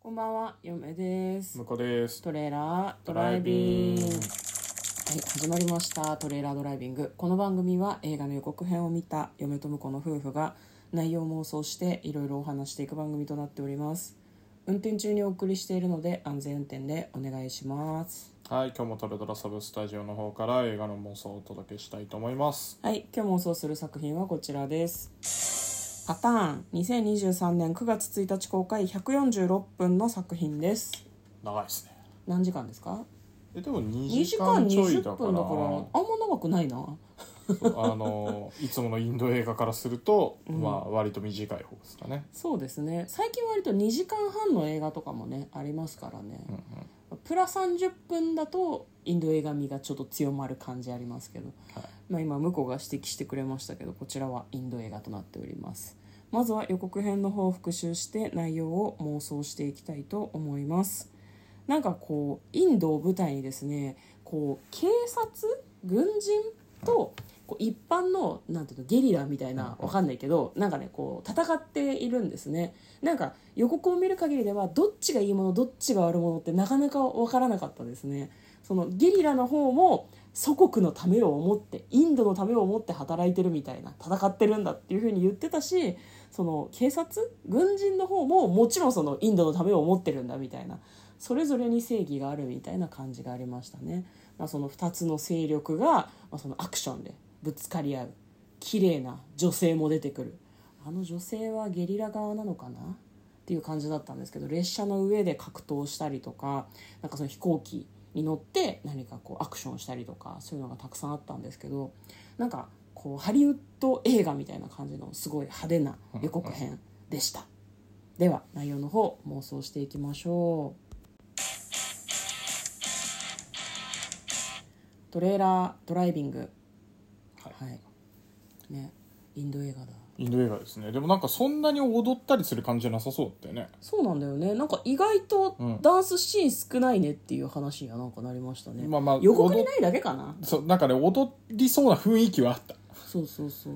こんばんは、嫁です。向こうですトレーラードドラライイビビンング。グはい、始まりました。トレーラードライビング。この番組は映画の予告編を見た嫁と婿の夫婦が内容を妄想していろいろお話していく番組となっております。運転中にお送りしているので安全運転でお願いします。はい今日もトレドラサブスタジオの方から映画の妄想をお届けしたいと思いますはい、今日妄想する作品はこちらです。パターン、2023年9月1日公開146分の作品です。長いですね何時間ですかえでも2 2時時間間ちょいだ20から分だからあんま長くないなそうあのいつものインド映画からすると、まあ割と短い方ですかねそうですね最近割と2時間半の映画とかもねありますからね、プラ30分だとインド映画味がちょっと強まる感じありますけど、はいまあ、今向こうが指摘してくれましたけどこちらはインド映画となっておりますまずは予告編の方を復習して内容を妄想していきたいと思いますなんかこうインドを舞台にですねこう警察軍人とこう一般のなんていうのゲリラみたいなわかんないけどなんかねこう戦っているんですねなんか予告を見る限りではどっちがいいものどっちが悪者ってなかなかわからなかったですねそのゲリラの方も祖国のためを思ってインドのためを思って働いてるみたいな戦ってるんだっていうふうに言ってたしその警察軍人の方ももちろんそのインドのためを思ってるんだみたいなそれぞれに正義があるみたいな感じがありましたね、まあ、その2つの勢力が、まあ、そのアクションでぶつかり合う綺麗な女性も出てくるあの女性はゲリラ側なのかなっていう感じだったんですけど列車の上で格闘したりとかなんかその飛行機に乗って何かこうアクションしたりとかそういうのがたくさんあったんですけどなんかこうハリウッド映画みたいな感じのすごい派手な予告編でしたでは内容の方妄想していきましょうトレーラードライビングはいはいねインド映画だインド映画ですねでもなんかそんなに踊ったりする感じじゃなさそうだったよねそうなんだよねなんか意外とうんダンスシーン少ないねっていう話にはなんかなりましたね、まあまあ予告にないだけかなそうなんかね踊りそうな雰囲気はあったそうそうそう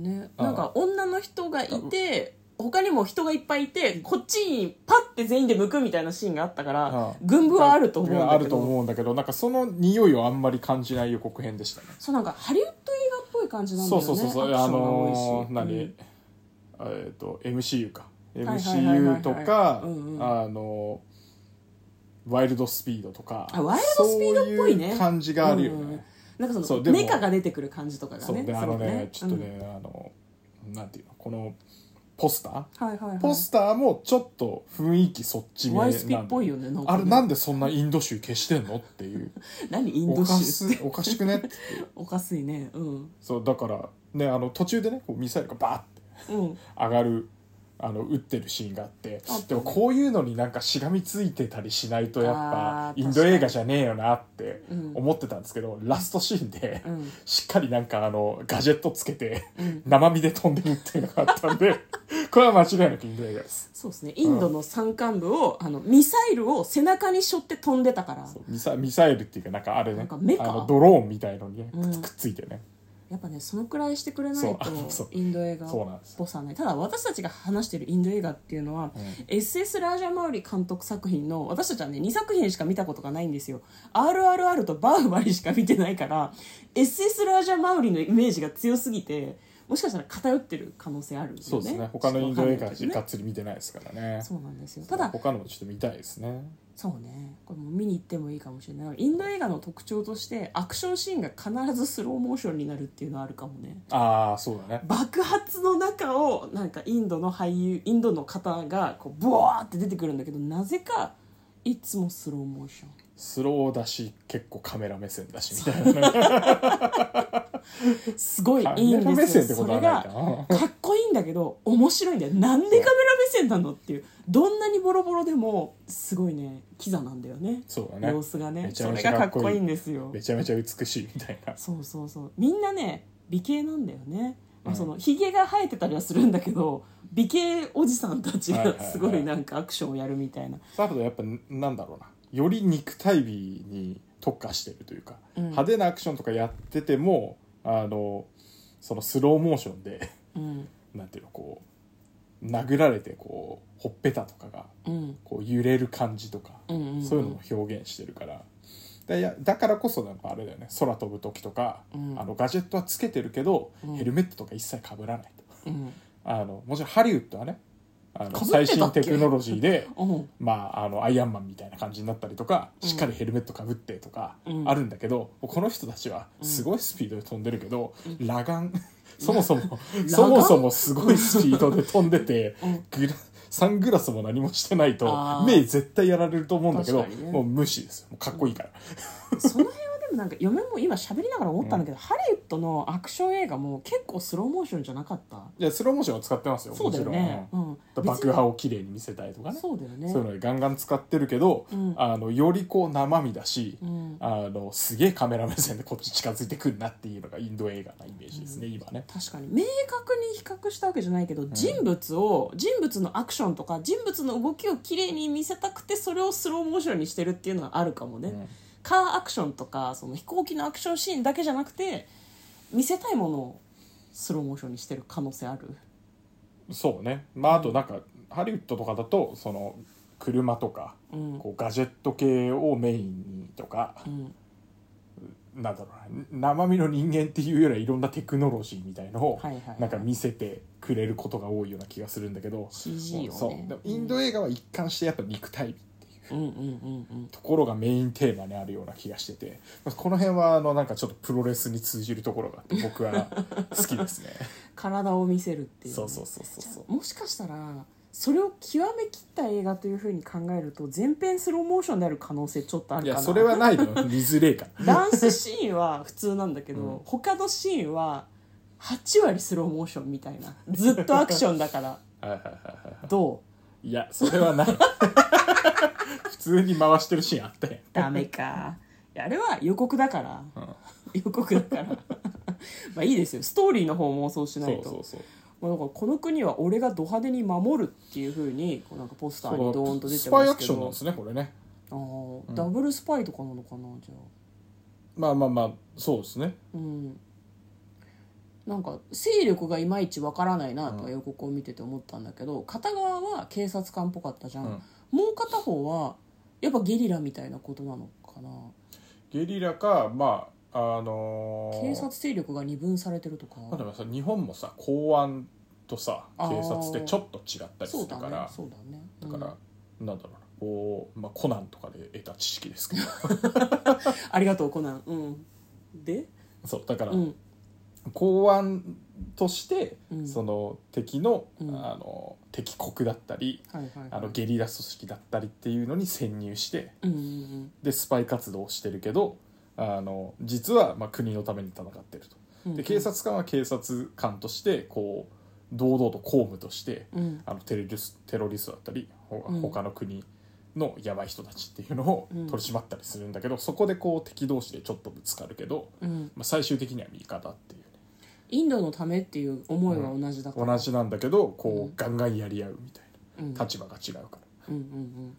ねあなんか女の人がいて他にも人がいっぱいいてこっちにパッて全員で向くみたいなシーンがあったからあ群舞はあると思うんだけどあると思うんだけどなんかその匂いをあんまり感じない予告編でしたねそうなんかハリウッド映画っぽい感じなんだそようねそうそうそう、アクシあョンが多いしのー、う何ん、えっと MCU かいはいはいはいはい MCU とか、うんうんあのーワイルドスピードとかあワイルドスピードっぽいねそういう感じがあるようんうんね、なんかそそのうでもメカが出てくる感じとかがねそうであすごのくねちょっとうんね、あのなんていうのこのポスターはいはいはいポスターもちょっと雰囲気そっちめワなイスピっんだぽいよねなんかあねれなんでそんなインド州消してんのっていう何インおドか州すおかしくねっておかしいねうんそうだからねあの途中でねこうミサイルがバーってうん上がるあの打ってるシーンがあってあったねでもこういうのになんかしがみついてたりしないとやっあぱーインド映画じゃねえよなってうん思ってたんですけど、ラストシーンで、うんしっかりなんかあのガジェットつけて、うん生身で飛んでるっていうのがあったんで これは間違いなくインド映画ですそうですねインドの山間部を、あのミサイルを背中に背負って飛んでたからそうミサミサイルっていうかなんかあれなんねかメカあのドローンみたいのにねうんくっくっついてね、やっぱねそのくらいしてくれないとそうそうインド映画っそうなんですぽさねただ私たちが話してるインド映画っていうのは、SS ラージャマウリ監督作品の私たちはね2作品しか見たことがないんですよ「RRR」と「バーバリ」しか見てないから SS ラージャマウリのイメージが強すぎてもしかしたら偏ってる可能性あるよねそうですね他のインド映画ちょっとわかんないけどねがっつり見てないですからねそうなんですよただ他のもちょっと見たいですねそうねこれも見に行ってもいいかもしれないインド映画の特徴としてアクションシーンが必ずスローモーションになるっていうのはあるかもねああそうだね爆発の中をなんかインドの俳優インドの方がこうブワーって出てくるんだけどなぜかいつもスローモーションスローだし結構カメラ目線だしみたいなねすごい カいいメんラ目ですよ線ってこそとはれないがかなかっこいいんだけど面白いんだよなんでカメラ目線なのっていうどんなにボロボロでもすごいねキザなんだよねそうだね様子がねめちゃそめれちゃがかかっっこいいこいいんですよめちゃめちゃ美しいみたいなそうそうそうみんなね美形なんだよね、まあ、うんそのひげが生えてたりはするんだけど美形おじさんたちはいはいがはいすごいなんかアクションをやるみたいな、だけどやっぱなんだろうなより肉体美に特化してるというか、うん派手なアクションとかやっててもあのそのスローモーションで うんなんていうのこう殴られてこうほっぺたとかがうんこう揺れる感じとか、うんうんうんそういうのも表現してるからだいやだからこそなんかあれだよね空飛ぶ時とか、うんあのガジェットはつけてるけど、うんヘルメットとか一切かぶらないとうんあのもちろんハリウッドはねあの被ってたっ最け新テクノロジーで うんまあ、あのアイアンマンみたいな感じになったりとか、うんしっかりヘルメットかぶってとかうんあるんだけど、もうこの人たちはすごいスピードで飛んでるけど、裸眼そもそもそもそもすごいスピードで飛んでて、うんグラサングラスも何もしてないあとー目絶対やられると思うんだけど、確かにねもう無視ですよもうかっこいいから、その辺はでもなんか嫁も今喋りながら思ったんだけど、ハリウッドのアクション映画も結構スローモーションじゃなかったいやスローモーションを使ってますよそうだよね、うもん、ちろん、うん爆破を綺麗に見せたいとかねそうだよねそういうのにガンガン使ってるけど、うんあのよりこう生身だし、うん、あのすげえカメラ目線でこっ ち近づいてくるなっていうのがインド映画なイメージですね、今ね確かに明確に比較したわけじゃないけど、人物を人物のアクションとか人物の動きを綺麗に見せたくてそれをスローモーションにしてるっていうのはあるかもね、うんカーアクションとかその飛行機のアクションシーンだけじゃなくて見せたいものをスローモーションにしてる可能性あるそうねまああとなんかハリウッドとかだとその車とか、うんこうガジェット系をメインにとか、うんなんだろうな生身の人間っていうよりはいろんなテクノロジーみたいのをはいはいはいなんか見せてくれることが多いような気がするんだけど、 CG をねそうでもインド映画は一貫してやっぱ肉体美っていうんううんうんうんところがメインテーマにあるような気がしててこの辺はあのなんかちょっとプロレスに通じるところがあって僕は好きです ね体を見せるっていうね、そうそうそうそうそうもしかしたらそれを極めきった映画というふうに考えると全編スローモーションである可能性ちょっとあるいかやなそれはないの見づれえからダンスシーンは普通なんだけど、 うん他のシーンは8割スローモーションみたいなずっとアクションだ からはいはいはいはどういいやそれはない 普通に回してるシーンあったやんダメかいやあれは予告だから、予告だから まあいいですよストーリーの方を妄想しなそいうとそうそうまあ、だからこの国は俺がド派手に守るっていうふうにこうなんかポスターにドーンと出てスまパイアすけクションなんどですねこれねあーダブルスパイとかなのかなじゃあ。まあまあまあそうですねうん、なんか勢力がいまいちわからないなとは予告を見てて思ったんだけど、片側は警察官っぽかったじゃん、うんもう片方はやっぱゲリラみたいなことなのかなゲリラかまああのー警察勢力が二分されてるとかまあでもさ日本もさ公安とさあー警察ってちょっと違ったりすそるうだかねらそうだねだから、なんだろうなこう、まあ、コナンとかで得た知識ですけどうんありがとうコナンうんで そうだから、うん公安として、うんその敵の,、うんあの敵国だったりはいはい、はい、あのゲリラ組織だったりっていうのに潜入してうんうんでスパイ活動をしてるけどあの実は、まあ、国のために戦ってるうんと。で警察官は警察官としてこう堂々と公務としてうんあのテロリステロリストだったりほうん他の国のやばい人たちっていうのをうん取り締まったりするんだけど、そこでこう敵同士でちょっとぶつかるけど、うん、まあ、最終的には味方っていうね、インドのためっていう思いは同じだから、同じなんだけどこう、うんガンガンやり合うみたいうんな立場が違うから、うんうんうん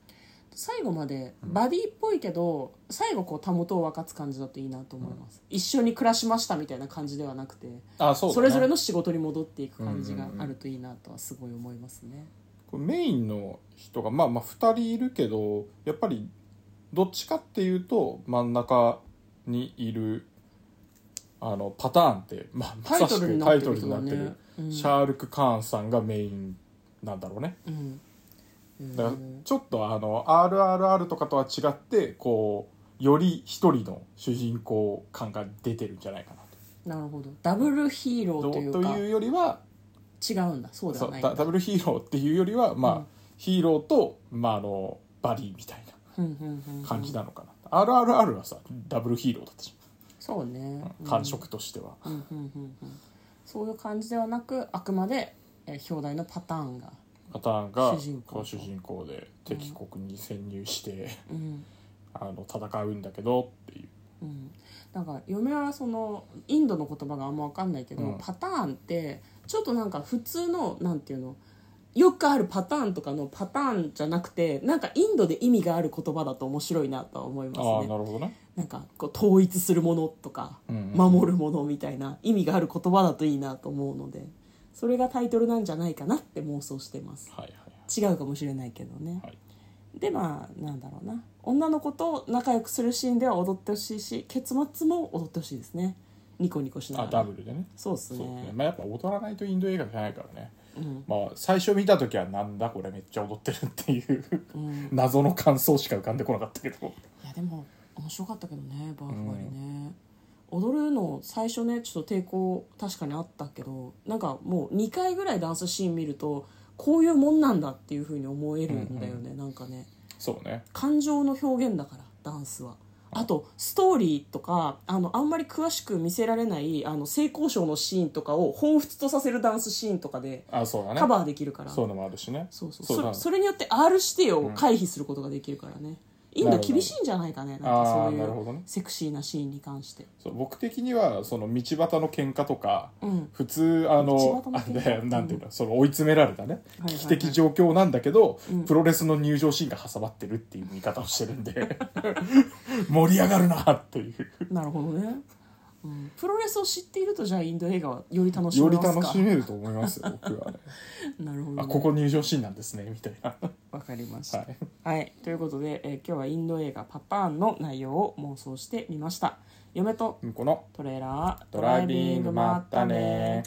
最後までバディっぽいけど、最後こうたもとを分かつ感じだといいなと思います、一緒に暮らしましたみたいな感じではなくてあそそ,、うだねれぞれの仕事に戻っていく感じがうんうんうんあるといいなとはすごい思いますね、これメインの人がまあまあ2人いるけどやっぱりどっちかっていうと真ん中にいるあのパターンって、まあ、まさしくタタイイトトルルににななっっててるけどるねうんシャールク・カーンさんがメインなんだろうねうんうんだからちょっとあの RRR とかとは違ってこうより一人の主人公感が出てるんじゃないかななるほどダブルヒーロと。ーというとかいうよりは違うんだそうでそはうないんだダダブルヒーローっていうよりは、まあうんヒーローと、まあ、あのバディみたいうんうんうんうんな感じなのかな、RRR はさダブルヒーローだったじそうねゃん感触としては、うんうんうんうんうんそういう感じではなくあくまでえー表題のパターンが、パターンが主人公こう主人公で敵国に潜入して、うん、あの戦うんだけどっていう。うん、なんか嫁はそのインドの言葉があんま分かんないけど、うんパターンってちょっとなんか普通のなんていうのよくあるパターンとかのパターンじゃなくてなんかインドで意味がある言葉だと面白いなとは思いまああすなねるほどねなんかこう統一するものとかうんうん守るものみたいな意味がある言葉だといいなと思うのでそれがタイトルなんじゃないかなって妄想してますはいはい違うかもしれないけどね、はいでまあなんだろうな女の子と仲良くするシーンでは踊ってほしいし結末も踊ってほしいですねニコニコしなあがダらブルでねそうですそうねですねまあやっぱ踊らないとインド映画じゃないからねうんまあ最初見た時はなんだこれめっちゃ踊ってるっていう うん、謎の感想しか浮かんでこなかったけどいやでも面白かったけどねバーフバリね、踊るの最初ねちょっと抵抗確かにあったけどなんかもう2回ぐらいダンスシーン見るとこういうもんなんだっていうふうに思えるんだよね、なんかねそうね感情の表現だからダンスは。あとストーリーとかあのあんまり詳しく見せられないあの性交渉のシーンとかを彷彿とさせるダンスシーンとかであそうだねカバーできるからそういうのもあるしねそうそうそうそだれそれによって R 指定を回避することができるからね、インなドるほど厳しいんじゃないかねなんかあそあういなるほうどねセクシーなシーンに関してそう僕的にはその道端の喧嘩とか、うん普通あの道あ端の喧嘩でなんていうのその追い詰められたね、はいはい危機的状況なんだけど、プロレスの入場シーンが挟まってるっていう見方をしてるんで 盛り上がるなっていうなるほどね、うん、プロレスを知っているとじゃあインド映画はより楽しよめりますか楽しめると思いますよ僕 はね、なるほど、ね、あここ入場シーンなんですねみたいなわかりました、ははいいということで、えー今日はインド映画「パパーン」の内容を妄想してみました嫁とうんこのトレーラードドライビングまったね